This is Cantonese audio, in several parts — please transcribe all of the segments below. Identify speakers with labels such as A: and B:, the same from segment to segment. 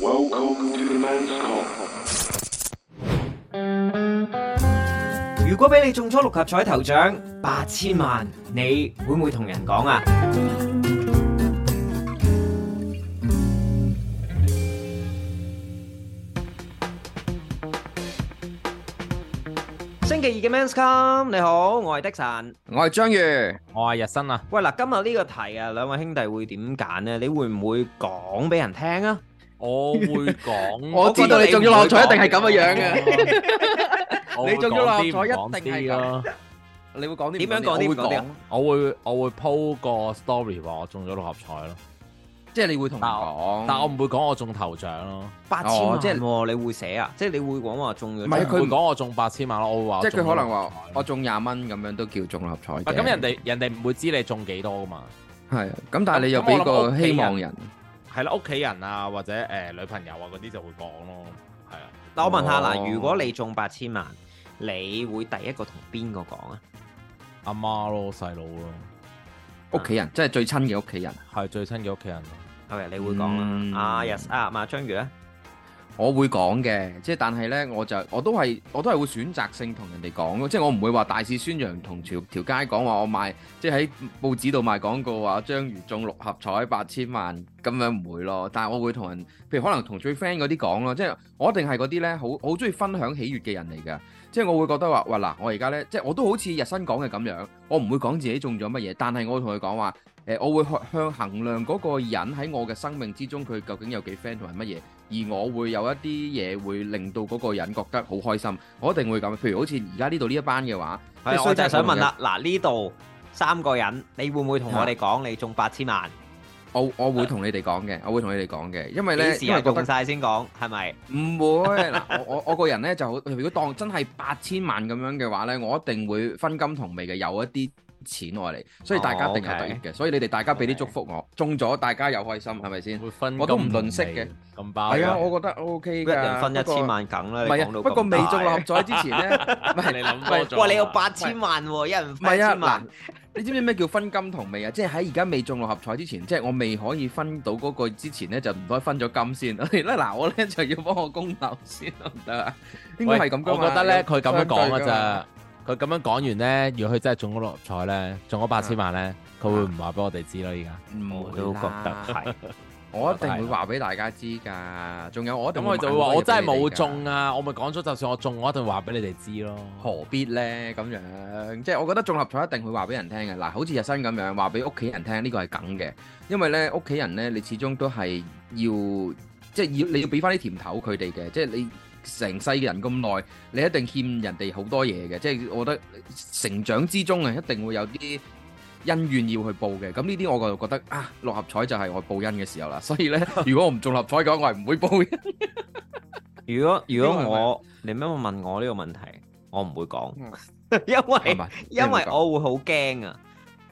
A: Welcome to the man's call.
B: 如果俾你中咗六合彩頭獎八千萬，你會唔會同人講啊？星期二嘅 Men's Come，你好，我係的神，
C: 我係章魚，
D: 我係日新啊，
B: 喂嗱，今日呢個題啊，兩位兄弟會點揀呢？你會唔會講俾人聽啊？
D: 我會 講，
C: 我知道你中咗六合彩一定係咁嘅樣嘅，
D: 嘅
C: 你中咗六合彩
D: 彩
C: 一定係咁
D: 咯。
C: 你會講啲
B: 點樣
C: 講
B: 講啲
D: 我
B: 唔
D: 會
B: 講啲啊
D: 講，我會我會 po 個 story 話我中咗六合彩咯，
C: 即係你會同人講，
D: 但我唔會講我中頭獎咯，
B: 八千萬
C: 哦即係
B: 喎，你會寫啊？即係你會講話中咗獎，
C: 唔
D: 唔
C: 係佢
D: 會講我中八千萬咯，我會話
C: 即係佢可能
D: 話
C: 話我中廿蚊咁樣都叫中六合彩嘅。
D: 啊咁人哋人哋唔會知你中幾多噶嘛，
C: 係啊咁，但係你又俾
D: 咁我諗
C: 個
D: 屋企
C: 希
D: 人啊
C: 望人，
D: 係啦，屋企人啊或者誒女朋友啊嗰啲就會講咯，係啊，
B: 嗱，我問下嗱，
C: 哦
B: 如果你中八千萬，你會第一個同邊個講啊？
D: 阿媽咯細佬咯，
C: 屋企人即係最親嘅屋企人，
D: 係最親嘅屋企人咯。
B: 係咪你會講
C: 嗯
B: 啦？啊，yes 啊，嘛章魚咧，
C: 我會講嘅。即係但係咧，我就我都係我都係會選擇性同人哋講咯，即係我唔會話大肆宣揚同條條街講話我賣，即係喺報紙度賣廣告啊話章魚中六合彩八千萬咁樣唔會咯。但係我會同人，譬如可能同最 friend 嗰啲講咯，即係我一定係嗰啲咧好好中意分享喜悅嘅人嚟㗎。即係我會覺得話，哇嗱，我而家咧，即係我都好似日新講嘅咁樣，我唔會講自己中咗乜嘢，但係我會同佢講話，誒、我會向向衡量嗰個人喺我嘅生命之中，佢究竟有幾 friend 同埋乜嘢，而我會有一啲嘢會令到嗰個人覺得好開心，我一定會咁。譬如好似而家呢度呢一班嘅話，即
B: 係
C: 係
B: 我
C: 衰
B: 就
C: 仔
B: 係想問啦，嗱呢度三個人，你會唔會同我哋講你中八千萬？
C: 我我會同你哋講嘅，我會同你哋講嘅，因為咧，
B: 幾時
C: 因
B: 啊
C: 為覺得
B: 中晒先講？係咪？
C: 唔會嗱，我我我個人咧就好，如果當真係八千萬咁樣嘅話咧，我一定會分金同味嘅，有一啲錢我嚟，所以大家一定有得益嘅。所以你哋大家俾啲祝福我，中咗大家又開心，係咪先？
D: 會分
C: 我都唔
D: 咁
C: 吝嗇
D: 味
C: 嘅，
D: 咁包
C: 係啊，
D: 嘅
C: 我覺得 O K
B: 一
C: 㗎。
B: 人分一千
C: 不過，
B: 萬梗啦，
C: 唔
B: 你
C: 係
B: 講
C: 啊，
B: 到
C: 不過
B: 咁
C: 未中六合
B: 大
C: 彩之前咧，唔係
D: 你諗多咗啊。
B: 喂，你有八千萬喎，一人
C: 唔係
B: 分一
C: 啊
B: 千萬
C: 嗱。，你知唔知咩叫分金同味啊？即係喺而家未中六合彩之前，即係我未可以分到嗰個之前咧，就唔該分咗金先。 咧嗱，我咧就要幫我供樓先得唔得啊？應該係咁噶嘛。
D: 我覺得咧，佢咁樣講啊
C: 相
D: 嘅
C: 對㗎嘛
D: 咋。佢咁樣講完咧，如果佢真係中咗六合彩咧，中咗八千萬
C: 啊
D: 咧，佢會唔話俾我哋知咯？而家
C: 唔
B: 我
C: 會
B: 都覺得
C: 啦
B: 係，
C: 我一定會話俾大家知㗎。仲有我一
D: 咁
C: 定
D: 佢
C: 會
D: 就會
C: 會
D: 話我真係冇中，啊！我咪講咗，就算我中，我一定話俾你哋知咯。
C: 何必咧咁樣？即係我覺得中六合彩一定會話俾人聽嘅。嗱，好似日新咁樣話俾屋企人聽，呢個係梗嘅。因為咧屋企人咧，你始終都係要即係要你要俾翻啲甜頭佢哋嘅，即係你。成世人咁耐，你一定欠人哋好多嘢嘅，即係我覺得成長之中啊，一定會有啲恩怨要去報嘅。咁呢啲我就覺得啊，六合彩就係我報恩嘅時候啦。所以咧，如果我唔中六合彩嘅話，我係唔會報嘅。
B: 如果如果
C: 呢個係咪
B: 我你乜問我呢個問題，我唔會講， 因為
C: 係咪
B: 因為我會好驚啊，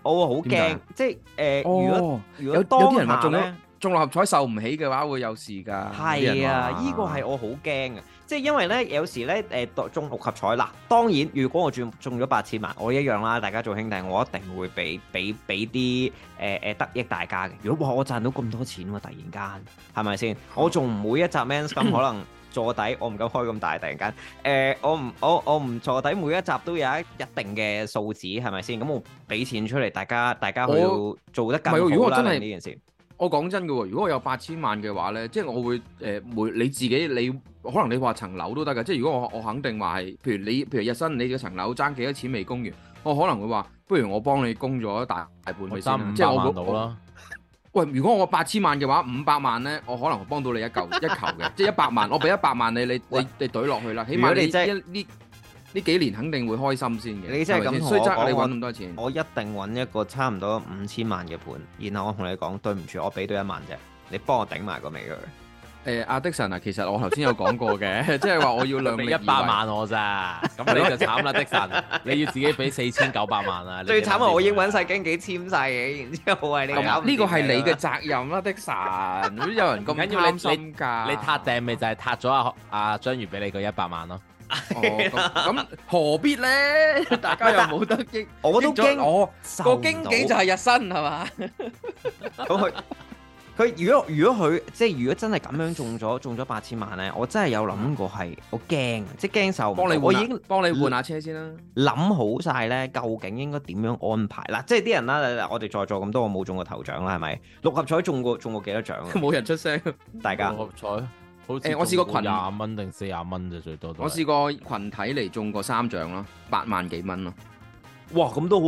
B: 我會好
C: 點
B: 驚，即係誒，如果
C: 哦，
B: 如果
C: 有有啲
B: 當
C: 人話
B: 下
C: 中
B: 咧
C: 咗。中六合彩受唔起嘅話，會有事㗎。
B: 係啊，呢個係我好驚啊！即係因為咧，有時咧，誒、中六合彩嗱，當然如果我中中咗八千萬，我一樣啦，大家做兄弟，我一定會俾俾俾啲誒誒得益大家嘅。如果哇，我賺到咁多錢喎、突然間係咪先？我仲唔會一集 Men's 咁可能坐底，我唔敢開咁大，突然間誒、我唔我我唔坐底，每一集都有一一定嘅數字係咪先？咁我俾錢出嚟，大家大家去
C: 我
B: 做得更
C: 唔係喎如
B: 好
C: 果我
B: 啦，
C: 真係
B: 令呢件事。
C: 我講真嘅喎，如果我有八千萬嘅話咧，即係我會誒每、你自己你可能你話層樓都得㗎，即係如果我我肯定話係，譬如你譬如日新你嘅層樓爭幾多錢未供完，我可能會話不如我幫你供咗大大半
D: 我
C: 佢先
D: 爭
C: 啦，
D: 五
C: 即係
D: 百
C: 我
D: 萬
C: 個
D: 到。啦，
C: 喂，如果我八千萬嘅話，五百萬咧，我可能幫到你一嚿一球 嘅，即係一百萬，我俾一百萬你，你
B: 喂
C: 你你懟落去啦，起
B: 如果
C: 碼
B: 你
C: 你
B: 真係
C: 一呢呢幾年肯定會開心先嘅。
B: 你真係
C: 係咪
B: 咁
C: 先
B: 同
C: 雖
B: 我
C: 則
B: 講
C: 你
B: 我
C: 揾咁多錢。
B: 我一定揾一個差唔多五千萬嘅盤，然後我同你講對唔住，我俾到一萬啫，你幫我頂埋個尾佢。
C: 誒阿的神啊，其實我頭先有講過嘅，即係話我要量
D: 你
C: 力
D: 一
C: 而
D: 百
C: 為。
D: 萬我咋？咁你就慘啦，的神，你要自己俾四千九百萬 啊！你
B: 最慘係我英文世
D: 世
B: 經幾簽晒嘅，然之後喂你搞
C: 咁
B: 唔掂
C: 呢個係你嘅責任啦，的神。如果有人咁
D: 唔緊要你
C: 貪心㗎，
D: 你撻訂咪就係撻咗阿阿章魚俾你個一百萬咯。
C: 哦咁咁何必咧？大家又冇得益，
B: 我都
C: 益咗
B: 驚
C: 我
B: 受
C: 個
B: 唔
C: 經
B: 到
C: 紀就係日新係嘛？
B: 咁佢佢如果如果佢即係如果真係咁樣中咗中咗八千萬咧，我真係有諗過係我驚，即係驚受唔
C: 幫你
B: 到。我
C: 換
B: 已
C: 下
B: 經，
C: 幫你換下車先啦。
B: 諗好晒咧，究竟應該點樣安排嗱？即係啲人啦，我哋在座咁多，我冇中過頭獎啦，係咪？六合彩中過中過幾多獎啊？
C: 冇人出聲。
B: 大家
D: 六合彩好似
C: 誒我試過群
D: 廿蚊定四廿蚊啫，最多都係。
C: 我試過群體嚟中過三獎咯，八萬幾蚊咯。
B: 哇，咁都好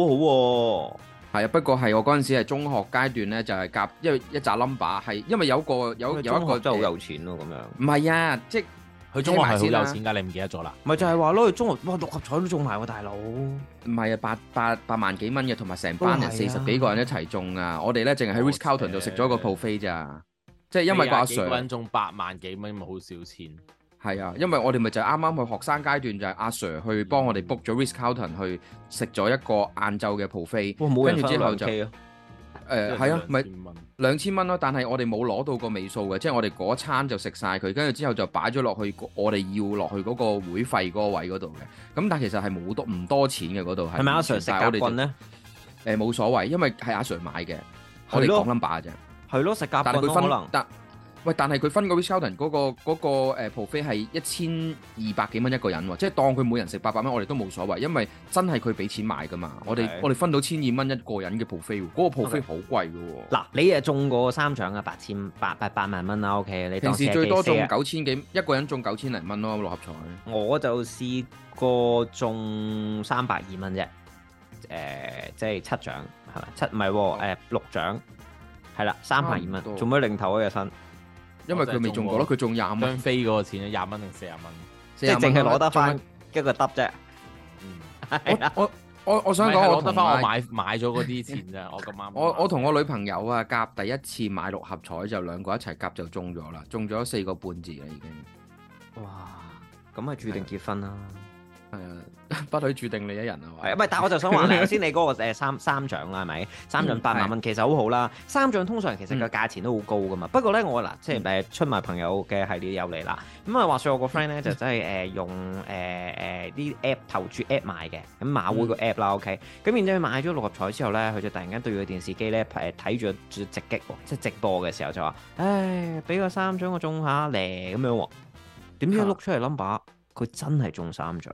B: 好、
C: 係啊，不過 係我嗰陣時係中學階段咧，就係夾因為一扎 number 係因為有個
B: 喎、
C: 有
B: 咁
C: 有一
B: 中
C: 個
B: 學真係好有錢咯、咁樣。
C: 唔係啊，即係
D: 佢中學係好
C: 聽埋
D: 有
C: 先
D: 錢㗎，你唔記得咗啦？
B: 咪就係話咯，佢中學哇六合彩都中埋喎，大佬。
C: 唔係啊，八八八萬幾蚊嘅，同埋成班人
B: 都
C: 四
B: 係啊
C: 十幾個人一齊中啊！我哋咧淨係喺
D: 我
C: Ritz Carlton 就食咗個
D: 知
C: buffet 咋，即係因為個阿
D: 哦四廿幾個
C: Sir
D: 人中八萬幾蚊，咪好少錢。
C: 係啊，因為我哋咪就係啱啱去學生階段就係阿 Sir 去幫我哋 book 咗 Ritz Carlton 去食咗一個晏晝嘅 buffet，
B: 哇，冇人
C: 跟住之後
B: 後
C: 就
B: 就
C: 誒係啊，咪
D: 即係兩千蚊
C: 兩千蚊咯，但係我哋冇攞到個尾數嘅，即係我哋嗰餐就食晒佢，跟住之後就擺咗落去個我哋要落去嗰個會費嗰個位嗰度嘅。咁但係其實係冇多唔多錢嘅嗰度係。
B: 係咪阿 Sir 食
C: 但係我
B: 夾
C: 哋
B: 棍咧？
C: 就誒冇所謂，因為係阿 Sir 買嘅，我哋
B: 係咯
C: 講 number 啫。
B: 係咯，食夾
C: 但係
B: 棍
C: 佢
B: 咯，
C: 分
B: 可能
C: 但喂，但係佢分個 r i c h a r d o n 嗰個嗰、個誒 buffet 係一千二百幾蚊一個人喎，即係當佢每人食八百蚊，我哋都冇所謂，因為真係佢俾錢買噶嘛。我哋
B: OK
C: 我哋分到千二蚊一個人嘅 buffet，喎嗰個 buffet 好貴嘅喎。
B: 嗱，你誒中過三獎啊，八千八八八萬蚊啦，OK，你
C: 平
B: 當
C: 時最多中
B: 400
C: 九千幾，一個人中九千零蚊咯，六合彩。
B: 我就試過中三百二蚊啫，誒、即係七獎係咪？七唔係喎，誒六獎係啦，三百二
C: 差唔多
B: 蚊，做咩零頭啊？日新
C: 因為佢未中過咯，佢中廿蚊
D: 張，飛嗰個錢咧，廿蚊定四廿蚊？
C: 即
B: 即係淨係攞得翻一個揼啫，
D: 嗯，
C: 我我我我想
D: 唔係係
C: 講，我
D: 攞得
C: 同
D: 翻我
C: 阿
D: 買買咗嗰啲錢 啫，我咁啱。
B: 嗯
C: 我我同我女朋友啊夾第一次買六合彩就兩個一齊夾就中咗啦，中咗四個半字啦啊已經。
B: 哇！咁啊，注定結婚啦。
C: 係啊， 不許注定你一人啊嘛。
B: 係，唔係，但係我就想話 咧，頭先你嗰個誒三三獎啦，係咪？三獎
C: 嗯
B: 八萬
C: 係嗯
B: 蚊其實好好啦。三獎通常其實個價錢都好高噶嘛。不過咧，我嗱即係誒出賣朋友嘅系列有嚟啦。咁啊，話說我個 friend
C: 嗯
B: 咧就真係誒用誒誒啲 app 投注 app 買嘅，咁馬會個
C: 嗯
B: app 啦，OK。咁然之後買咗六合彩之後咧，佢就突然間對住個電視機咧誒睇住直擊喎，即係直播嘅時候就話：唉，俾個三獎我中下咧咁樣喎。點知一碌出嚟 number，佢真係中三獎。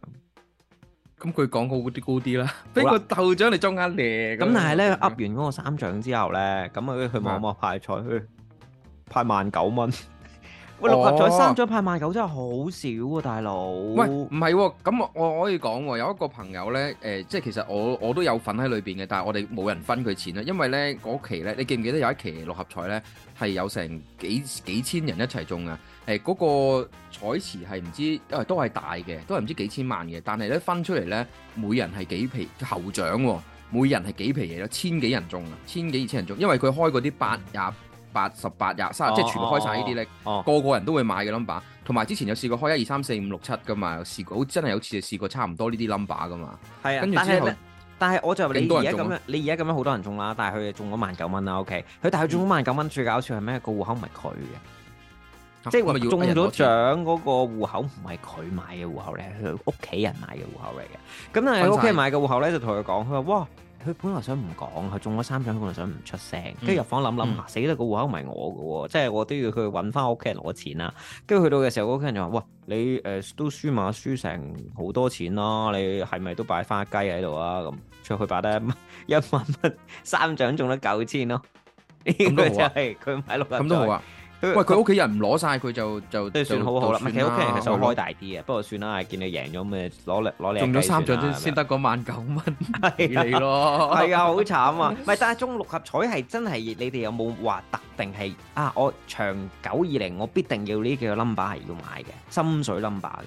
C: 咁佢講高啲高啲啦，俾個頭獎你中下咧。
B: 咁但係咧，噏完嗰個三獎之後咧，咁啊佢望一望派彩，佢派萬九 蚊。喂，六合
C: 哦
B: 彩三獎派萬九真係好少喎，大佬。
C: 喂，唔係喎，咁我我可以講喎，有一個朋友呢，誒、即係其實我我都有份喺裏邊嘅，但係我哋冇人分佢錢啦，因為呢嗰期呢，你記唔記得有一期六合彩呢係有成幾幾千人一齊中啊？誒、嗰、個彩池係唔知誒都係大嘅，都係唔知幾千萬嘅，但係呢，分出嚟呢，每人係幾皮頭獎喎、每人係幾皮嘢咯，千幾人中啊，千幾二千人中，因為佢開嗰啲八廿八十八廿三，即係全部開晒呢啲呢。
B: 哦，
C: 個個人都會買嘅 number，同埋之前有試過開一二三四五六七噶嘛，有試過好真係有次試過差唔多呢啲 number 噶嘛，
B: 係啊
C: 跟，住
B: 但
C: 之
B: 係
C: 後
B: 咧，但係我就你
C: 勁多
B: 而
C: 人
B: 家
C: 中啊
B: 咁樣，你而家咁樣好多人中啦，但係佢哋中咗萬九蚊啦，OK。佢但係佢
C: 嗯
B: 中咗萬九蚊，最搞笑係咩？個戶口唔係佢嘅，即係
C: 啊咁
B: 話
C: 咪要哎
B: 中
C: 一人
B: 咗
C: 攞錢
B: 獎嗰個戶口唔係佢買嘅戶口咧，係佢屋企人買嘅戶口嚟嘅。咁但係
C: 分
B: 佢屋企
C: 晒
B: 人買嘅戶口咧，就同佢講，佢話哇。佢本來想唔講，佢中咗三獎，佢本來想唔出聲，跟住入房諗諗
C: 嗯
B: 下，死啦個戶口唔係我嘅喎，即係我都要佢揾翻屋企人攞錢啦。跟住去到嘅時候，嗰屋企人就話：，哇，你誒、呃都輸馬輸成好多錢啦，你係咪都擺翻雞喺度啊？咁最後佢擺 得一蚊一萬蚊，三獎中咗九千咯。呢
C: 咁都
B: 個
C: 好
B: 就
C: 啊
B: 係佢買六合
C: 咁都好
B: 啊！
C: 啊。
B: 喂
C: 喂，佢屋企人唔攞晒佢就就
B: 都
C: 就
B: 算好好啦，唔係其實屋企人係想
C: 就
B: 開大啲嘅，不過算啦，見你贏咗咪攞兩攞兩
C: 中咗三獎
B: 先
C: 先先得嗰萬九蚊俾
B: 係啊
C: 你咯。
B: 啊 係啊，好慘啊！唔係，但係中六合彩係真係，你哋有冇話特定係啊？我長久以嚟，我必定要呢幾個 number 係要買嘅，心水 number 嘅。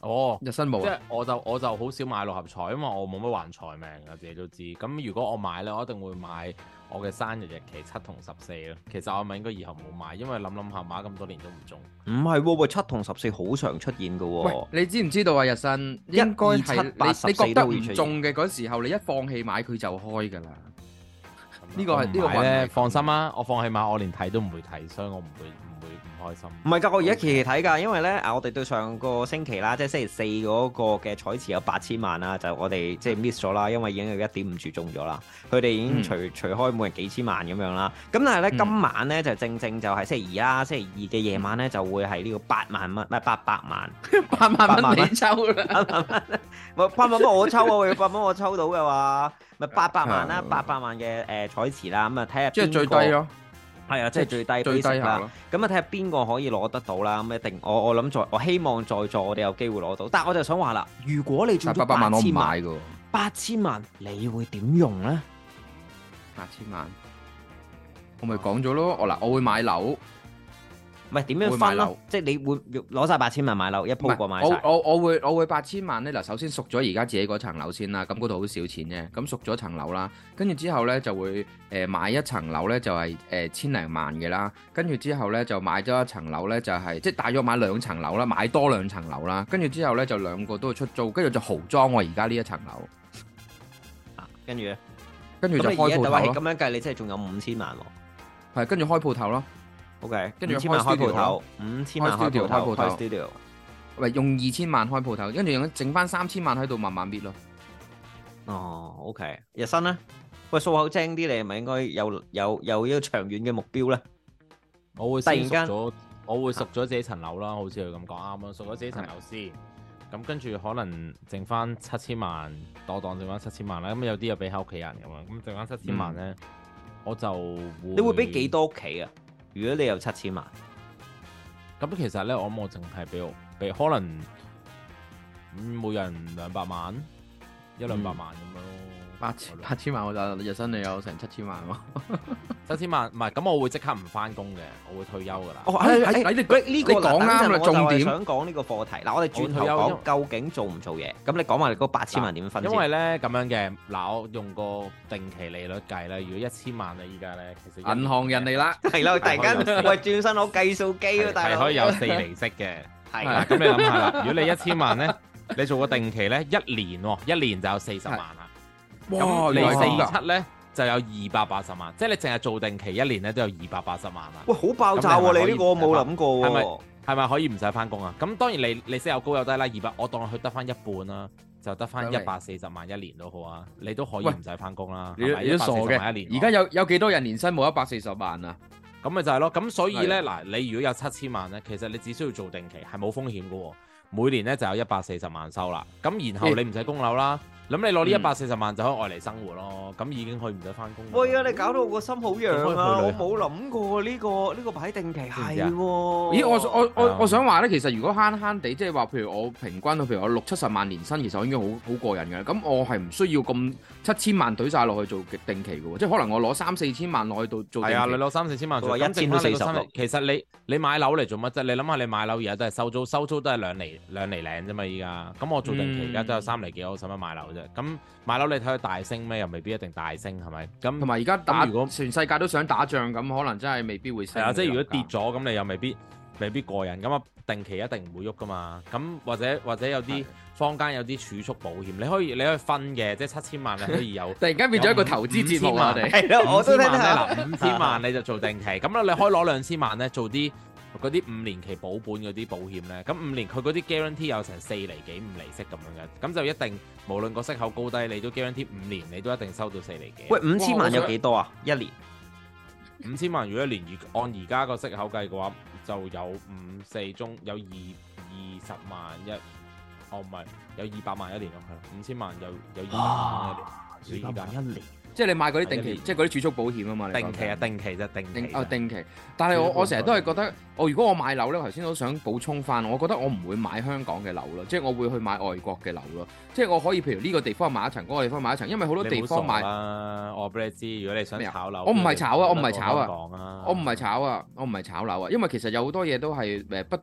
D: 哦。
C: 日新
D: 即
C: 冇啊，
D: 係我就我就好少買六合彩，因為我冇乜還財命，我自己啊都知。咁如果我買咧，我一定會買我嘅生日日期七同十四咯。其實我咪應該以後冇買，因為諗諗下買咁多年都唔中。
B: 唔係喎，喂，七同十四好常出現嘅喎
C: 喂，，你知唔知道啊？日新應該
B: 一二
C: 係
B: 七八
C: 你你
B: 十四都
C: 覺得
B: 會
C: 唔
B: 出現
C: 中嘅嗰時候，你一放棄買佢就開㗎啦。
D: 咁
C: 呢個係呢個
D: 唔買咧，
C: 運
D: 放心啦，我放棄買，我連睇都唔會睇，所以我唔會唔會唔開心。
B: 唔係㗎，我而家期期睇㗎，因為咧啊，我哋對上個星期啦，即係星期四嗰個嘅彩池有八千萬啦，就我哋即係 miss 咗啦，因為已經有一點五注中咗啦，佢哋已經
C: 嗯
B: 除、除開每人幾千萬咁樣啦。咁但係咧、
C: 嗯
B: 今晚咧就正正就係星期二啦，星期二嘅夜晚咧就會係呢個八萬蚊，唔係八百 萬，
C: 八萬
B: 八萬
C: 蚊
B: 蚊
C: 你抽啦，
B: 八萬蚊，唔係八萬蚊我抽啊，我要八萬蚊我抽到嘅話，咪八百萬啦，
C: 嗯
B: 八百萬嘅誒彩池啦，咁啊睇下
C: 即係最
B: 邊個
C: 低，咯，
B: 係啊，即係最低
C: 最低
B: basic 啦
C: 下。咯。
B: 咁啊睇下邊個可以攞得到啦，咁一定我我諗在我希望在座我哋有機會攞到，但係我就想話啦，如果你中
C: 但
B: 咗
C: 八百萬我
B: 八
C: 唔
B: 千
C: 買
B: 萬，
C: 嘅喎，
B: 八千萬你會點用呢？
C: 八千萬。我咪講咗咯，我嗱我會買樓，
B: 唔係點樣
C: 會買
B: 分咯
C: 樓？
B: 即係你會攞晒八千萬買樓，一
C: 唔
B: 鋪過買
C: 係我
B: 晒。
C: 我我會我會八千萬咧嗱，首先熟咗而家自己嗰層樓先啦，咁嗰度好少錢啫，咁熟咗層樓啦，跟住之後咧就會誒、呃、買一層樓咧就係、誒、千零萬嘅啦，跟住之後咧就買咗一層樓咧就係、即係大約買兩層樓啦，買多兩層樓啦，跟住之後咧就兩個都會出租，跟住就豪裝我而家呢一層樓，
B: 跟住咧，
C: 跟住就
B: 咁
C: 開
B: 你而家
C: 鋪
B: 就話係
C: 頭
B: 咁
C: 咯，
B: 樣計，你真係仲有五千萬喎。
C: 係跟住開鋪頭咯，
B: OK，
C: 跟住
B: 五千萬開
C: 開 studio
B: 鋪頭，五千萬開
C: 開 studio，
B: 鋪頭，
C: 開鋪頭
B: 開 studio。
C: 喂用二千萬開鋪頭，跟住用剩翻三千萬喺度慢慢搣咯，
B: 哦，OK，日新呢？喂，數口精啲，你係咪應該有有有呢個長遠嘅目標呢？
D: 我會
B: 突然
D: 先
B: 間啊
D: 熟咗，我會熟咗自己層樓啦，好似佢咁講啱啦，啊熟咗自己層樓先。咁跟住可能剩翻七千萬，當當剩翻七千萬啦。咁有啲又俾喺屋企人咁樣，咁剩翻七千萬咧，我就會
B: 嗯你會俾幾？多屋企啊？如果你有七千萬。
D: 咁其實咧，我諗我淨係俾我俾可能嗯每人兩百萬，一兩
B: 嗯
D: 百萬咁樣咯。
C: 八千
D: 係咯
C: 八千萬我就日薪你有成七千萬喎。
D: 七千萬唔係，咁我會即刻唔翻工嘅，我會退休噶啦。
B: 哦，
C: 哎
B: 係
C: 哎
B: 係
C: 你
B: 喂呢個
C: 你講
B: 嗱
C: 啱啦
B: 等陣我就係
C: 重點
B: 想講呢個課題。嗱，我哋轉頭
D: 我退休
B: 講究竟做唔做嘢。咁你講埋你嗰八千萬點分
D: 因
B: 先？
D: 為咧咁樣嘅，嗱，我用個定期利率計咧，如果一千萬咧，依家咧其實一年
C: 銀行人嚟啦，
B: 係 啦，突然間 喂轉身攞計數機
D: 係
B: 喎，大
D: 係
B: 佬
D: 可以有四厘息嘅。
B: 係
D: 嗱，
B: 啊
D: 咁你諗下啦，如果你一千 萬咧，你做個定期咧，一年喎，一年就有四十萬啦。咁
C: 哦原
D: 你
C: 來
D: 四
C: 咁㗎
D: 二七咧就有二百八十萬，即係你淨係做定期一年咧都有二百八十萬啦。
B: 喂，好爆炸
D: 咁你
B: 喎！你
D: 係咪可以
B: 呢個我冇諗過
D: 係咪
B: 喎。
D: 係咪可以唔使翻工啊？咁當然你你息有高有低啦，二百我當佢得翻一半啦，就得翻一
C: 兩厘
D: 百四十萬一年都好啊，你都可以
C: 喂
D: 唔使翻工啦。
C: 你
D: 係咪
C: 你都傻
D: 140萬一
C: 嘅，
D: 年
C: 而家有有幾多人年薪冇一百四十萬啊？
D: 咁咪就係咯。啊咁所以咧嗱，你如果有七千萬咧，其實你只需要做定期係冇風險嘅喎，每年咧就有一百四十萬收啦。咁然後你唔使供樓啦，咁你攞呢一
C: 嗯
D: 百四十萬就可以愛嚟生活咯。咁已經可以唔使翻工。
B: 喂啊！你搞到我個心好
D: 仲可以
B: 癢啊！我
D: 去旅行
B: 冇諗過呢個呢個擺定期係
D: 知
B: 喎。
C: 咦，
B: 咦
C: 我我我
D: 啊
C: 我想話咧，其實如果慳慳地，即係話譬如我平均，譬如我六七十萬年薪，其實我已經好好過癮嘅。咁我係唔需要咁七千萬懟晒落去做定期嘅喎，即係可能我攞三四千萬落去到做定
D: 係啊，你
C: 期。
D: 攞三四千萬
B: 佢話
D: 做，
B: 一千到四十六
D: 其實你你買樓嚟做乜啫？你諗下，你買樓而家都係收租，收租都係兩厘兩厘零啫嘛。依家咁我做定期，
C: 嗯
D: 而家都有三厘幾，我使乜買樓啫？咁買樓你睇佢大升咩？又未必一定大升，係咪？
C: 同
D: 咁
C: 埋而家打
D: 咁如果
C: 全世界都想打仗咁，可能真係未必會
D: 係
C: 升。
D: 啊，即係如果跌咗，咁你又未必未必過癮。咁啊，定期一定唔會喐噶嘛。咁或者或者有啲
C: 係
D: 坊間有啲儲蓄保險，你可以你可以分嘅，即係七千萬你啊 可以有。
C: 突然間變咗一個投資節目啊！我
D: 有
C: 哋
D: 五千
B: 係咯，我都聽
D: 咧，
B: 下。
D: 嗱五千萬你就做定期，咁啊咧你可以攞兩千萬咧做啲嗰啲五年期保本嗰啲保險咧，咁五年佢嗰啲 guarantee 有成四厘幾五厘息咁樣嘅，咁就一定無論個息口高低，你都 guarantee 五年你都一定收到四厘幾。
B: 喂，五千
C: 哇我
B: 萬有
C: 想
B: 幾多啊？一年？
D: 五千萬如果一年而按而家個息口計嘅話，就有五四中有二二十萬一，哦唔係有二百萬一年咯，係啦五千萬有有二百萬一年，
B: 一年。
C: 即係你買嗰啲定
D: 係一
C: 期，
D: 年
C: 即係嗰啲儲蓄保險啊嘛。你
D: 定
C: 講
D: 期
C: 緊
D: 啊定期就定期
C: 定
D: 啫
C: 啊定期，但係我
D: 呢個嗯
C: 我成日都係覺得，哦我如果我買樓咧，頭先都想補充翻，我覺得我唔會買香港嘅樓咯，即係我會去買外國嘅樓咯，即係我可以譬如呢個地方買一層，嗰、個地方買一層，因為好多哦地方買，
D: 啦，我俾你知，如果你想
C: 咩啊
D: 炒樓，
C: 我唔係炒啊我
D: 你
C: 唔係炒啊
D: 講啊，
C: 我唔係炒啊，我唔係炒樓啊，因為其實有好多嘢都係誒不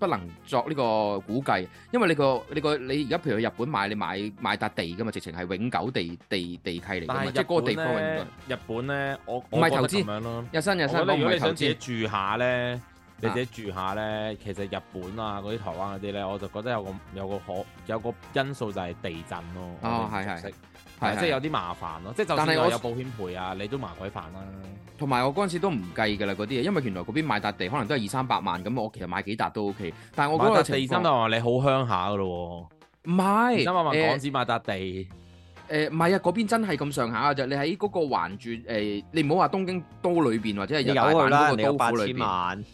C: 不能作呢個估計，因為你個你個你而家譬如去日本買，你買買笪地噶嘛，直情係永久地地地契嚟噶
D: 但
C: 嘛，
D: 係
C: 即係嗰個地方永
D: 咧
C: 久。，
D: 日本咧，我
C: 唔係投資
D: 咁樣咯。
C: 日新日
D: 我
C: 新，
D: 覺
C: 我
D: 得
C: 唔
D: 如果你
C: 係投
D: 想自
C: 資，
D: 己
C: 啊
D: 住下咧，你自己住下咧，其實日本啊嗰啲台灣嗰啲咧，我就覺得有個有個可有個因素就係地震咯。
C: 哦
D: 我哋唔
C: 係
D: 熟悉係啊即係
C: 係
D: 有啲麻煩咯。即係就
C: 但
D: 算
C: 係
D: 我
C: 我
D: 有保險賠啊，你都麻鬼煩啦。
C: 同埋我嗰陣時都唔計㗎啦嗰啲嘢，因為原來嗰邊買笪地可能都係二三百萬咁，我其實買幾笪都 OK。但係我
D: 買
C: 嗰個
D: 笪地
C: 情
D: 三
C: 況
D: 百萬，你好鄉下噶
C: 唔
D: 咯喎，
C: 係
D: 三百萬港
C: 誒
D: 紙買笪地，
C: 誒唔係啊，嗰邊真係咁上下㗎啫。你喺嗰個環住誒、你唔好話東京都裏邊或者係
B: 你
C: 日
B: 有
C: 大
B: 佢
C: 阪
B: 啦，
C: 嗰
B: 你
C: 個
B: 有八
C: 都府裏
B: 千
C: 邊。
B: 萬，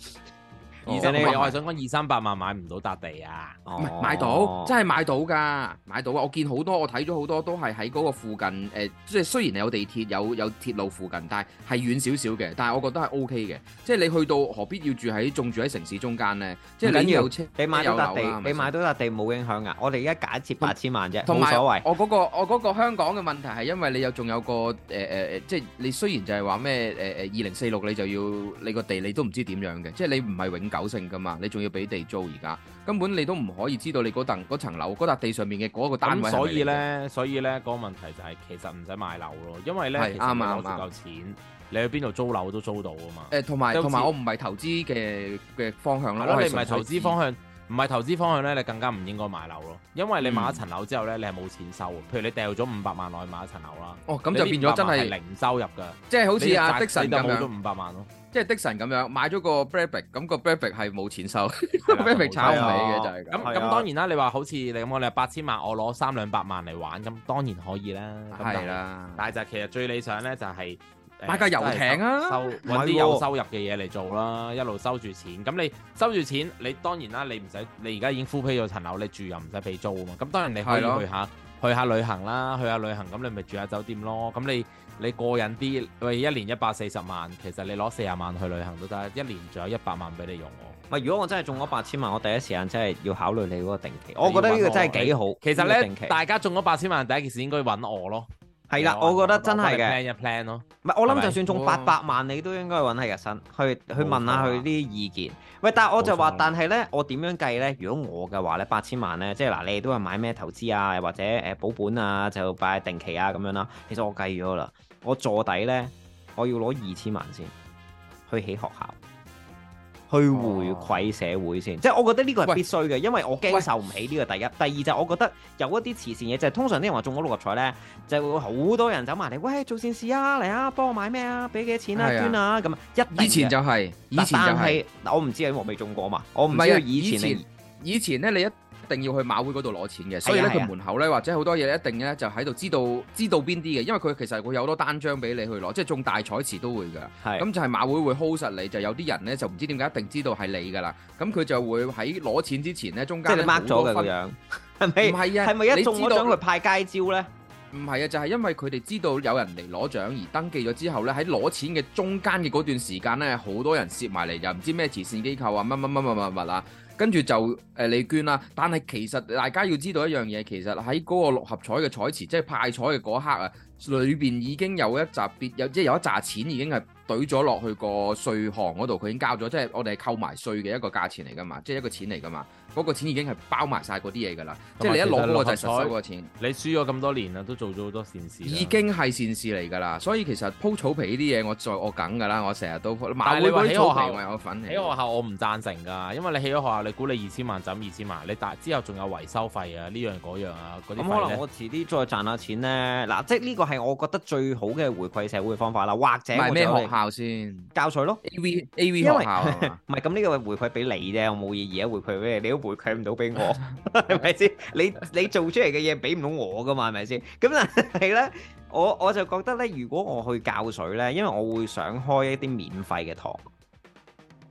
D: 二
C: 哦
D: 三
B: 即係
D: 百
B: 你
D: 萬，我係想講二三百萬買唔到笪地啊。
B: 唔
C: 唔係買
B: 哦
C: 到，真係買到㗎，買到啊！我見好多，我睇咗好多都係喺嗰個附近誒、即係雖然有地鐵有有鐵路附近，但係係遠少少嘅，但係我覺得係 O K 嘅。即係你去到何必要住喺仲住喺城市中間呢？即係
B: 唔緊
C: 你
B: 要
C: 有車，
B: 你買到
C: 有
B: 笪
C: 樓啦
B: 地，你買到笪地冇影響啊！我哋而家假設八千萬啫，
C: 同
B: 冇
C: 埋
B: 所謂。
C: 我嗰、個我嗰個香港嘅問題係因為你有仲有個誒誒誒，即係你雖然就係話咩誒誒二零四六你就要你個地你都唔知點樣嘅，即係你唔係永久性噶嘛，你仲要俾地租而家，根本你都唔可以知道你嗰層嗰層樓嗰笪地上面嘅嗰個單位係
D: 咁
C: 咪
D: 所以
C: 你嘅
D: 咧，所以咧，嗰個問題就係其實唔使買樓咯，因為咧
C: 係
D: 其
C: 啱
D: 實你
C: 啊
D: 攞住
C: 啱
D: 嚿錢，你去邊度租樓都租到啊嘛。
C: 誒同埋
D: 都
C: 同埋
D: 知
C: 我唔係投資嘅嘅方向
D: 係
C: 啦，
D: 咯，
C: 我
D: 你唔
C: 純
D: 係
C: 粹
D: 投資
C: 知
D: 方向，唔係投資方向咧，你更加唔應該買樓咯，因為你買一
C: 嗯
D: 層樓之後咧，你係冇錢收嘅。譬如你掉咗五百萬落去買一層樓啦，
C: 哦，咁就
D: 你
C: 變
D: 呢
C: 咗
D: 500
C: 真
D: 萬係
C: 係
D: 零收入㗎，
C: 即係好似阿
D: 你
C: 的
D: 就
C: 神
D: 你就
C: 咁
D: 冇
C: 樣，
D: 咗五百 萬咯。
C: 即係的神咁樣買咗個 Brabec，咁個 Brabec 係冇錢收
D: 係啦
C: ，Brabec 炒唔起
B: 係
C: 嘅
B: 啊
C: 就係咁
D: 咁。
B: 係
D: 咁
B: 啊
D: 當然啦，你話好似你咁講，你八千萬，我攞三兩百萬嚟玩，咁當然可以啦。咁但
C: 係，啦，
D: 但係就其實最理想咧就係、誒
C: 買架遊艇啊
D: 真係收
B: 唔係
D: 揾
B: 喎
D: 啲有收入嘅嘢嚟做啦，一路收住錢。咁你收住錢，你當然啦，你唔使你而家已經 full pay 咗層樓，你住又唔使俾租啊嘛。咁當然你可
C: 係
D: 以
C: 咯
D: 去下去下旅行啦，去下旅行咁你咪住下酒店咯。咁你你過癮啲，喂一年一百四十萬，其實你攞四十萬去旅行都得，一年仲有一百萬俾你用喎。
B: 唔係，如果我真係中咗八千萬，我第一時間真係要考慮你嗰個定期。我覺得呢
D: 要
B: 個
D: 搵我
B: 真係幾好。
D: 其實
B: 呢個定期
D: 咧，大家中咗八千萬，第一件事應該揾我咯。
B: 係啦，
D: 係啊
B: 我覺得真係嘅。
D: plan 一 plan 咯。
B: 唔係，我
D: 係咪
B: 諗就算中八
C: 哇
B: 百萬，你都應該揾係日新去去
D: 冇
B: 問下
D: 錯啊
B: 佢啲意見。喂，但係我就
D: 冇錯
B: 話
D: 啊，
B: 但係咧，我點樣計咧？如果我嘅話咧，八千萬咧，即係嗱，你哋都係買咩投資啊，或者誒保本啊，就擺定期啊咁樣啦。其實我計咗啦，我坐底咧，我要攞二千萬先去起學校，去回饋社會先。即係我覺得呢個係
C: 哦喂
B: 必須嘅，因為我驚
C: 喂
B: 受唔起呢個第一。第二就我覺得有一啲慈善嘢，就係、通常啲人話中咗六合彩咧。就會好多人走埋嚟，喂，做善事啊，嚟啊，幫我買咩啊，俾幾多錢啊，
C: 係啊
B: 捐啊，咁一定
C: 以前
B: 嘅
C: 就係，以前就
B: 但
C: 係。
B: 係嗱我唔知啊，因為我未中過嘛，我唔
C: 唔
B: 知
C: 係啊
B: 道，以前你
C: 以前咧，你一定要去馬會嗰度攞錢嘅，所以
B: 係
C: 咧
B: 啊係
C: 佢
B: 啊
C: 門口咧或者好多嘢咧，一定咧就喺度知道知道邊啲嘅，因為佢其實會有好多單張俾你去攞，即係中大彩池都會㗎。
B: 係
C: 咁就係馬會會 hold 實你，就有啲人咧就唔知點解一定知道係你㗎啦。咁佢就會喺攞錢之前咧，中
B: 即係
C: 間
B: 你
C: 咧
B: mark
C: 好
B: 咗
C: 多
B: 嘅個
C: 分。
B: 樣， 係
C: 唔
B: 咪？
C: 係啊，
B: 係咪一
C: 你
B: 中
C: 知
B: 咗
C: 道
B: 獎佢派街招咧？
C: 唔係啊，就係、因為佢哋知道有人嚟攞獎而登記咗之後呢，喺攞錢嘅中間嘅嗰段時間呢，好多人攝埋嚟，又唔知咩慈善機構啊，乜乜乜乜乜乜啊，跟住就誒、呃你捐啦。但係其實大家要知道一樣嘢，其實喺嗰個六合彩嘅彩池，即係派彩嘅嗰一刻啊，裏邊已經有一紮別有即係有一紮錢已經係懟咗落去個稅項嗰度，佢已經交咗，即係我哋係扣埋稅嘅一個價錢嚟㗎嘛，即係一個錢嚟㗎嘛，嗰、個錢已經係包埋晒嗰啲嘢㗎啦，即係你一攞嗰個就係實收嗰個錢。
D: 你輸咗咁多年啦，啊都做咗好多善事啦。
C: 已經係善事嚟㗎啦，所以其實鋪草皮呢啲嘢我再我梗㗎啦，我成日都
D: 但係
C: 馬
D: 你
C: 會
D: 話
C: 嗰啲
D: 起學
C: 草
D: 校
C: 皮我有份
D: 喺
C: 嚟
D: 學
C: 㗎。
D: 校我唔贊成㗎，因為你起咗學校，你估你二千萬就咁二千萬，你但之後仲有維修費啊，呢樣嗰樣啊，嗰啲
B: 咁
D: 費
B: 可
D: 咧
B: 能我遲啲再賺下錢咧。嗱，即係呢個係我覺得最好嘅回饋社會嘅方法啦，或者
C: 係
B: 我
C: 咩
B: 就
C: 學
B: 嚟
C: 校先
B: 教水咯。
C: ？A V A V 學
B: 因為
C: 校啊係嘛
B: 唔係咁呢個回饋俾你啫，我冇意義啊！回饋俾你，你都回饋唔到俾 我，係咪先？你你做出嚟嘅嘢俾唔到我噶嘛，係咪先？ 咁但係咧，我我就覺得咧，如果我去教水咧，因為我會想開一啲免費嘅堂，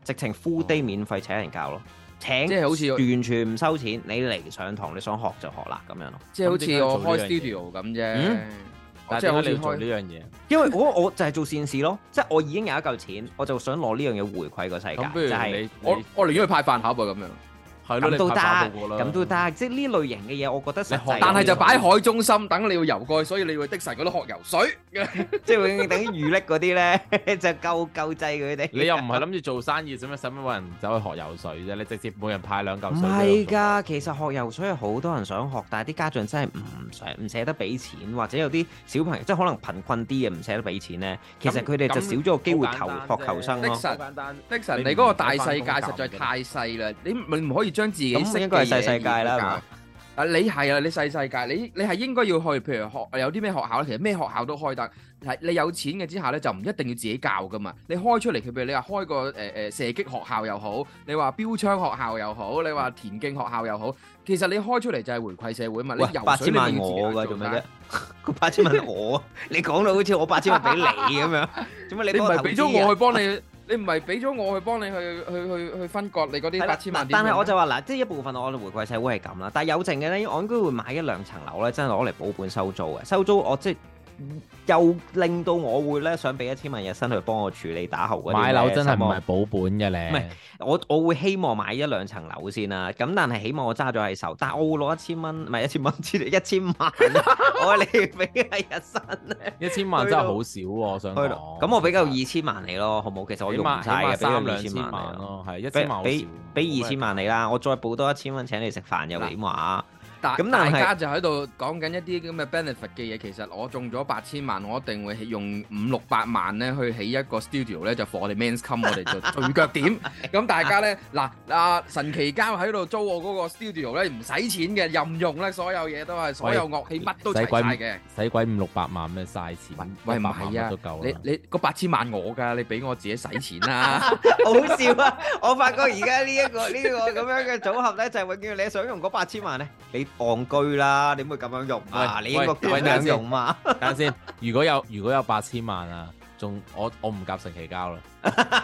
B: 直情 full day 免費請人教咯，請
C: 即係好似
B: 完全唔收錢，你嚟上堂，你想學就學啦咁樣咯。
C: 即係好
D: 咁點解要
C: 似我
D: 做呢
C: 開
D: 樣
C: studio 咁啫
D: 嗯，
C: 我
D: 但
C: 即係
D: 係
C: 好
D: 點解
C: 似
D: 你要做呢
C: 開
D: 樣嘢？
B: 因為我我就係做善事咯，即係我已經有一嚿錢，我就想攞呢樣嘢回饋個世界，
D: 咁不如
B: 就係、
D: 你
C: 我
D: 你
C: 我寧願去派飯盒啊咁樣，
D: 係咯，
B: 咁
D: 你
B: 都
D: 拍
B: 得，
D: 散步過啦
B: 咁都得，即係呢類型嘅嘢，我覺得實
D: 你學
B: 際。
C: 但係就擺
D: 喺
C: 海中心等你要游過去，所以你要去的神嗰度學游水。
B: 即係永遠等於魚力嗰啲咧， 就夠夠制佢哋。
D: 你又唔係諗住做生意，使乜使乜揾人走去學游水啫？你直接每人派兩嚿
B: 唔
D: 水。
B: 係，㗎，其實學游水係好多人想學，但係啲家長真係唔想唔捨得俾錢，或者有啲小朋友即係可能貧困啲嘅唔捨得俾錢咧，其實佢哋就少咗個機會求學求生
C: 的
B: 咯。
C: 神
D: 好簡單。
C: 的神，
D: 你
C: 你
D: 唔
C: 嗰個大世界
D: 使返工
C: 實在太細啦，你你唔可以將自己識
B: 咁應該係
C: 嘅嘢
B: 細世界啦係
C: 要
B: 嘛
C: 教啊，你係啊，你細世界，你你係應該要去，譬如學有啲咩學校咧，其實咩學校都開得。係你有錢嘅之下咧，就唔一定要自己教噶嘛。你開出嚟，譬如你話開個誒誒、呃射擊學校又好，你話標槍學校又好，你
B: 嗯
C: 話田徑學校又好，其實你開出嚟就係回饋社會嘛。你
B: 喂
C: 游水，
B: 八千萬
C: 你要自己
B: 我㗎，
C: 做
B: 做咩
C: 晒
B: 啫？ 個八千萬我，啊你講到好似我八千萬俾你咁樣，做咩你
C: 你
B: 幫
C: 唔係
B: 投
C: 俾
B: 資
C: 咗
B: 啊
C: 我去幫你，你唔係俾咗我去幫你去去去去分割你
B: 係
C: 嗰啲
B: 啦
C: 八千萬
B: 嗱
C: 點樣
B: 但
C: 呢。
B: 係我就話嗱，即係一部分我哋回饋社會係咁啦，但係有剩嘅咧，我應該會買一兩層樓咧，真係攞嚟保本收租嘅。收租我即係又令到我會咧想俾一千萬日薪去幫我處理打後嗰啲
D: 買樓
B: 咩
D: 真係
B: 心
D: 唔
B: 魔
D: 係保本嘅咧。
B: 唔係我我會希望買一兩層樓先啦，咁但係起碼我揸咗喺手，但係我會攞一千蚊，唔係一千蚊，一千萬，啊 我嚟俾係日薪咧，
D: 一千萬真係好少喎，我想
B: 去
D: 講
B: 咯。啊咁我俾夠二千萬你咯，好冇？其實我
D: 哦起
B: 用唔
D: 碼起
B: 晒嘅，
D: 碼
B: 俾
D: 三
B: 夠二
D: 兩
B: 千
D: 千
B: 萬
D: 萬
B: 你咯，
D: 咯，係啊一
B: 俾
D: 千萬好
B: 俾
D: 少
B: 俾二千萬你啦，我再補多一千蚊請你食飯又
C: 嗱
B: 點話？
C: 但
B: 咁
C: 咁
B: 但
C: 大
B: 係
C: 家就喺度講緊一啲咁嘅 benefit 嘅嘢，其實我中咗八千萬，我一定會用五六百萬咧去起一個 studio 咧，就 for 我哋 men's come，我哋就聚 腳點。咁大家咧嗱，啊神奇交喺度租我嗰個 studio 咧，唔使錢嘅，任用咧，所有嘢都係所有樂器乜都齊晒嘅。
D: 使鬼五六百萬咩嘥錢？
C: 喂
D: 一百
C: 唔係
D: 萬蚊
C: 啊
D: 都夠
C: 你
D: 啦。
C: 你個八千萬我㗎，你俾我自己使錢 啦。
B: 好笑啊！我發覺而家呢一個呢個咁樣嘅組合咧，就係永遠你想用嗰八千萬咧，你戇居啦，點會咁樣用啊？
D: 喂
B: 你應該
D: 喂
B: 咁
D: 等陣
B: 樣
D: 先
B: 用嘛？
D: 等下先，如果有如果有八千萬啊，仲我我唔夾成期交 啦。
C: 我我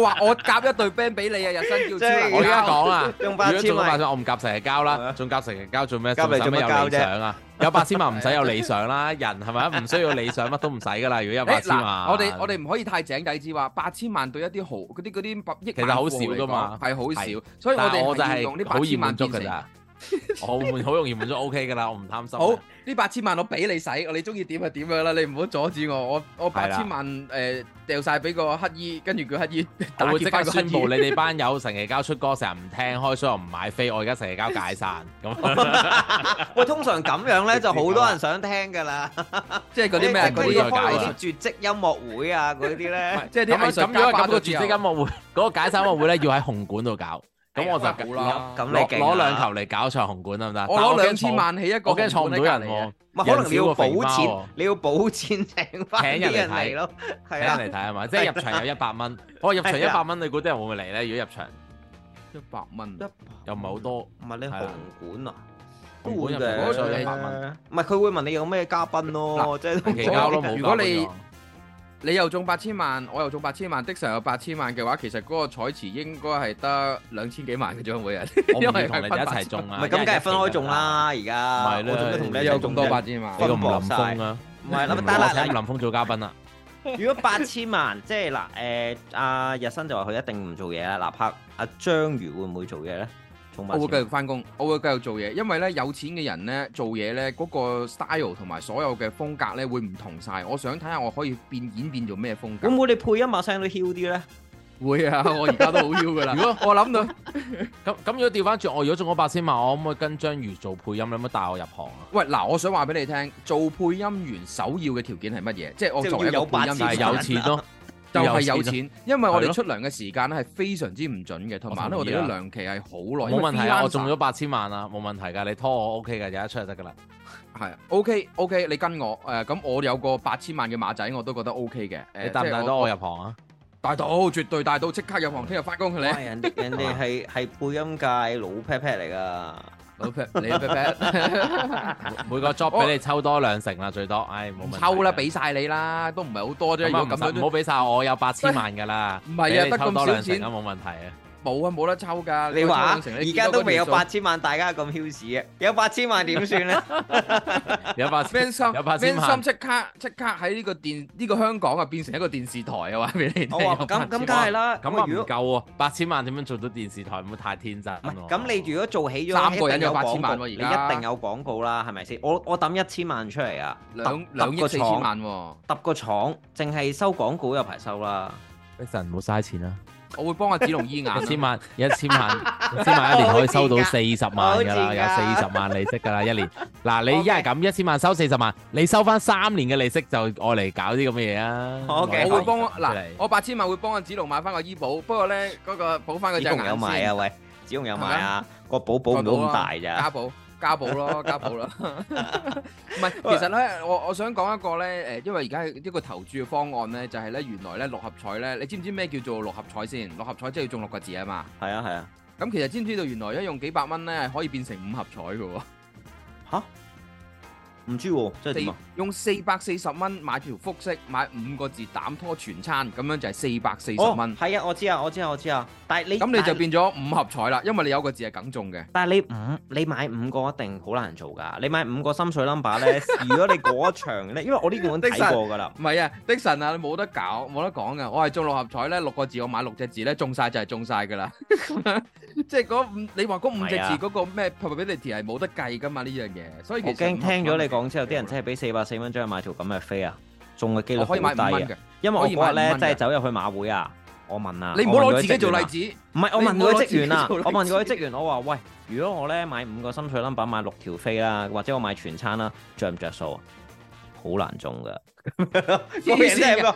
C: 我話我夾一對 band 俾你啊，日薪叫超
B: 真係
C: 能
D: 我而家
C: 交
D: 講啊，
B: 用
D: 如果
B: 八
D: 做
B: 千
D: 到八
B: 萬
D: 千，。我唔夾成日交啦，仲夾成日交做咩？
B: 夾嚟做乜
D: 使唔使有理想啊？有八千萬唔使有理想啦，人係咪啊唔需要理想，乜都唔使噶啦。如果有八
C: 誒
D: 千 萬，
C: 嗱，我哋我哋唔可以太井底之話，八千萬對一啲豪嗰啲嗰啲百億
D: 其實好少㗎嘛
C: 萬富豪嚟講係好
D: 係
C: 少，所以我
D: 但係
C: 哋
D: 我就
C: 係要用呢
D: 係
C: 八
D: 好易
C: 千萬
D: 滿足
C: 變
D: 㗎
C: 成
D: 咋。 我滿好容易滿足 OK 噶啦，我唔貪心。啊
C: 好呢八千萬我俾你使，你中意點就點樣啦，你唔好阻止我，我我八千萬誒掉晒俾個乞衣，跟住叫乞衣
D: 我
C: 打
D: 會
C: 劫
D: 即
C: 翻個
D: 刻
C: 乞
D: 宣布
C: 衣。
D: 你哋班友成期交出歌成日唔聽，開所以我唔買飛，我而家成期交解散咁。啊
B: 喂，通常咁樣咧就好多人想聽㗎啦，
C: 即係嗰啲咩
B: 即係
C: 嗰
B: 跟住
C: 啲
B: 開
D: 搞啊
B: 嗰啲絕跡音樂會啊，嗰啲咧，
C: 即係啲
D: 咁
C: 藝術
D: 咁如
C: 家
D: 果
C: 巴啊
D: 咁個
C: 咗
D: 絕
C: 之
D: 跡
C: 後
D: 音樂會， 嗰個解散音樂會咧要喺紅館度搞，咁我就
C: 哎好啦，
B: 咁你
D: 攞
B: 勁
D: 攞
B: 啊
D: 兩球嚟搞場紅館得唔得？
C: 我
D: 但
C: 攞
D: 我驚
C: 兩千
D: 坐
C: 萬起一個，
D: 我驚坐唔到人
C: 啊
D: 喎，
B: 唔係可
D: 人
B: 能你
D: 少
B: 要
D: 過肥
B: 補
D: 貓
B: 錢
D: 喎，
B: 你要補錢請翻
D: 請人
B: 啲
D: 嚟
B: 人
D: 睇
B: 嚟咯，係
D: 睇
B: 啊，
D: 人嚟睇係嘛？即係入場有一百蚊，我入場一
B: 係啊
D: 百蚊，你估啲人會唔會嚟咧？如果入場
C: 一百蚊。
D: 又唔係好多，
B: 唔係你
D: 係啦
B: 紅館啊，都
D: 紅
B: 會
D: 館入
B: 嘅
D: 場
C: 嗰
D: 所
C: 度
D: 以
C: 一
D: 一
C: 百
D: 百蚊，
B: 唔係佢會問你有咩嘉賓咯，即係都唔
D: 期
B: 錯
D: 交咯冇交嗰個。
C: 如果你你又中八千萬，我又中八千萬，的神有八千萬嘅話，其實嗰個彩池應該係得兩千幾萬嘅將會啊！
D: 我唔會同你哋一齊中
B: 唔
D: 啊，
B: 係咁，梗係分開中啦。而家
D: 唔係啦
B: 我做 咩同你
D: 你
B: 一
D: 有
B: 齊
D: 咁
B: 中
D: 多
B: 啫
D: 八
C: 千萬
D: 你個吳林峰啊，
B: 唔係啦，但
D: 我
B: 係嗱
D: 請吳林峰做嘉賓啊，
B: 如果八千萬，即係嗱，誒阿日新就話佢一定唔做嘢啦，立刻阿章魚會唔會做嘢咧？中八
C: 我會
B: 千
C: 繼
B: 萬
C: 續翻工，我會繼續做嘢，因為咧有錢嘅人咧做嘢咧嗰個 style 同埋所有嘅風格咧會唔同晒。我想睇下我可以變演變做咩風
B: 會
C: 格。
B: 唔會你配音把聲都囂啲咧？
C: 會啊，我而家都好妖噶啦。如果我諗到，
D: 咁咁如果調翻轉，我如果中咗八千萬，我可唔可以跟章魚做配音？你可唔可以帶我入行啊？
C: 喂嗱，我想話俾你聽，做配音員首要嘅條件係乜嘢？即係我
B: 即係
C: 作為
B: 要
C: 一個
B: 有
C: 配音
B: 八千
D: 但
B: 萬
C: 員
D: 係有錢咯，
C: 啊就係
D: 有
C: 有
D: 錢
C: 錢，啊因為我
D: 係咯
C: 哋出糧嘅時間咧係非常之唔準嘅，同埋咧
D: 我
C: 我
D: 同意
C: 哋
D: 啊
C: 啲糧期係好耐。
D: 冇問題
C: 哦因為
D: 啊！
C: freelancer-
D: 我中咗八千萬啊，冇問題㗎，你拖我 OK 㗎，有一出就得㗎啦。
C: 係啊 OK OK，你跟我誒咁，我有個八千萬嘅馬仔，我都覺得 OK 嘅。誒
D: 你帶唔帶到我？入行啊？
C: 即係帶到，絕對帶到，即刻入行，聽日翻工佢
B: 哇！
C: 你。
B: 人哋人哋係係配音界老 pat pat 嚟㗎。
C: 老 pat，你 pat pat，
D: 每 個 job 俾你抽多兩成啦，最多，唉，冇問題㗎。
C: 抽啦，俾晒你啦，都唔係好多啫。
D: 咁
C: 如果
D: 啊唔
C: 咁
D: 使
C: 樣
D: 唔
C: 都
D: 好俾晒我，有八千萬㗎啦。
C: 唔係啊
D: 俾你
C: 得
D: 抽
C: 咁
D: 多
C: 少
D: 兩成
C: 錢
D: 啊，冇問題啊。
C: 冇啊，冇得抽㗎。
B: 你話
C: 抽兩成
B: 而
C: 你
B: 家都未有
C: 見到
B: 八
C: 嗰
B: 千萬，大家咁囂屎嘅，有八千萬點算咧？
D: 有八
C: 條數。Man 心
D: 有八千
C: Man 心
D: 萬
C: 即刻即刻喺呢個電呢個香港啊變成一個電視台啊！話俾你聽。
B: 我話咁咁梗係啦，
D: 咁
B: 咁
D: 啊
B: 啊如
D: 唔
B: 果
D: 夠喎，八千萬點樣做到電視台？唔好太天真
B: 唔係
D: 喎。
B: 咁，你如果做起咗，
C: 三個人
B: 一定有
C: 有8000
B: 廣告
C: 萬喎而
B: 你
C: 家
B: 一定有廣告啦，係咪先？我我抌一千萬出嚟啊，
C: 兩
B: 揼個
C: 兩億四千
B: 廠
C: 萬喎。
B: 揼個廠，淨係收廣告有排收啦。
D: 一陣唔好嘥錢啊啦，
C: 我會幫阿子龍醫 眼啊。
D: 一千 萬，一千萬，一千萬一年可以收到四十萬㗎
B: 好賤
D: 啦，
B: 㗎
D: 有四十萬利息㗎啦一 年。嗱，你
B: OK
D: 一係咁一千萬收四十萬，你收翻三年嘅利息就愛嚟搞啲咁嘅嘢啊。
B: OK
C: 我會
B: 會
C: 幫
D: 攞
C: 我
D: 返出嚟
C: 嗱，我八千萬會幫阿子龍買翻個醫保，不過咧嗰個補翻個隻
B: 子
C: 眼
B: 龍有
C: 先
B: 賣啊，喂，只用有埋啊，個寶寶唔到咁大咋。
C: 家寶家寶 咯，家寶咯。 唔係，
B: 啊
C: 其實咧，我我想講一個咧，誒，因為而家一個投注嘅方案咧，就係咧，原來咧六合彩咧，你知唔知咩叫做六合彩先？六合彩即係要中六個字啊嘛。
B: 係啊係啊，
C: 咁其實知唔知道原來一用幾百蚊咧，係可以變成五合彩嘅喎。
B: 唔知喎，即係 點啊？
C: 用四百四十蚊買條複式，買五個字膽拖全餐，咁樣就係四百四十
B: 哦，
C: 蚊。
B: 係啊，我知啊，我知啊，我知啊。但係你
C: 咁你就變咗五合彩啦，因為你有個字係梗中嘅。
B: 但係你五，你買五個一定好難做㗎。你買五個心水 number 咧， 如果你嗰一場咧，因為我呢個我睇過㗎啦。
C: 唔係啊，的神啊，你冇得搞，冇得講噶。我係中六合彩咧，六個字我買六隻字咧，中晒就係中晒噶啦。 咁樣即係嗰五，你話嗰五隻
B: 係啊
C: 字嗰個咩 probability 係冇得計噶嘛呢樣嘢，所以
B: 我
C: 其
B: 驚
C: 實
B: 聽咗你講之後，
C: 五合彩
B: 啲人真係俾四百四蚊張買條咁嘅飛啊，中嘅機率
C: 我
B: 好
C: 可以買五
B: 低
C: 蚊
B: 啊。
C: 嘅。
B: 因為我嗰日
C: 可以買五
B: 咧
C: 蚊㗎
B: 真係走入去馬會啊，我問啊，
C: 你唔好
B: 我問嗰
C: 攞
B: 啲
C: 自己做
B: 職員啊
C: 例 子，
B: 唔係，我
C: 你
B: 問
C: 唔好
B: 嗰
C: 攞
B: 啲職員啊，
C: 自
B: 我
C: 己做例子
B: 問嗰啲職員，我話：喂，如果我咧買五個心水 number 買六條飛啦，或者我買全餐啦，着唔着數啊？好難中噶，
C: 線嘅
B: 嗰個人真係咁講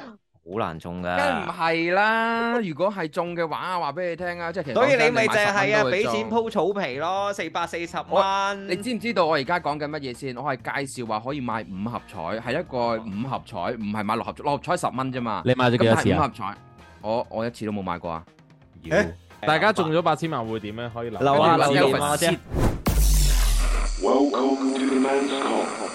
B: 好難中
C: 梗係唔
B: 噶。
C: 係啦。如果係中嘅話，話俾你聽啊，即係其實
B: 所以
C: 講
B: 你
C: 真
B: 咪就
C: 買
B: 係
C: 10蚊
B: 啊，
C: 都會
B: 俾
C: 中
B: 錢鋪草皮咯，四百四十
C: 我
B: 蚊。
D: 嗯
C: 你知唔知道我而家講緊乜嘢先？我係介紹話可以買五合彩，係一個五合彩，唔係買六合彩。六合彩十蚊啫嘛。
D: 哦你買咗幾
C: 咁
D: 多
C: 但
D: 次
C: 係五
D: 啊？
C: 合彩，我我一次都冇買過啊。
D: 大家中咗八千萬會點咧？可以留
B: 留啊
C: 跟住
B: 留
C: 留
B: 言
C: 言
B: 啊我知啊
A: Welcome to the man's call.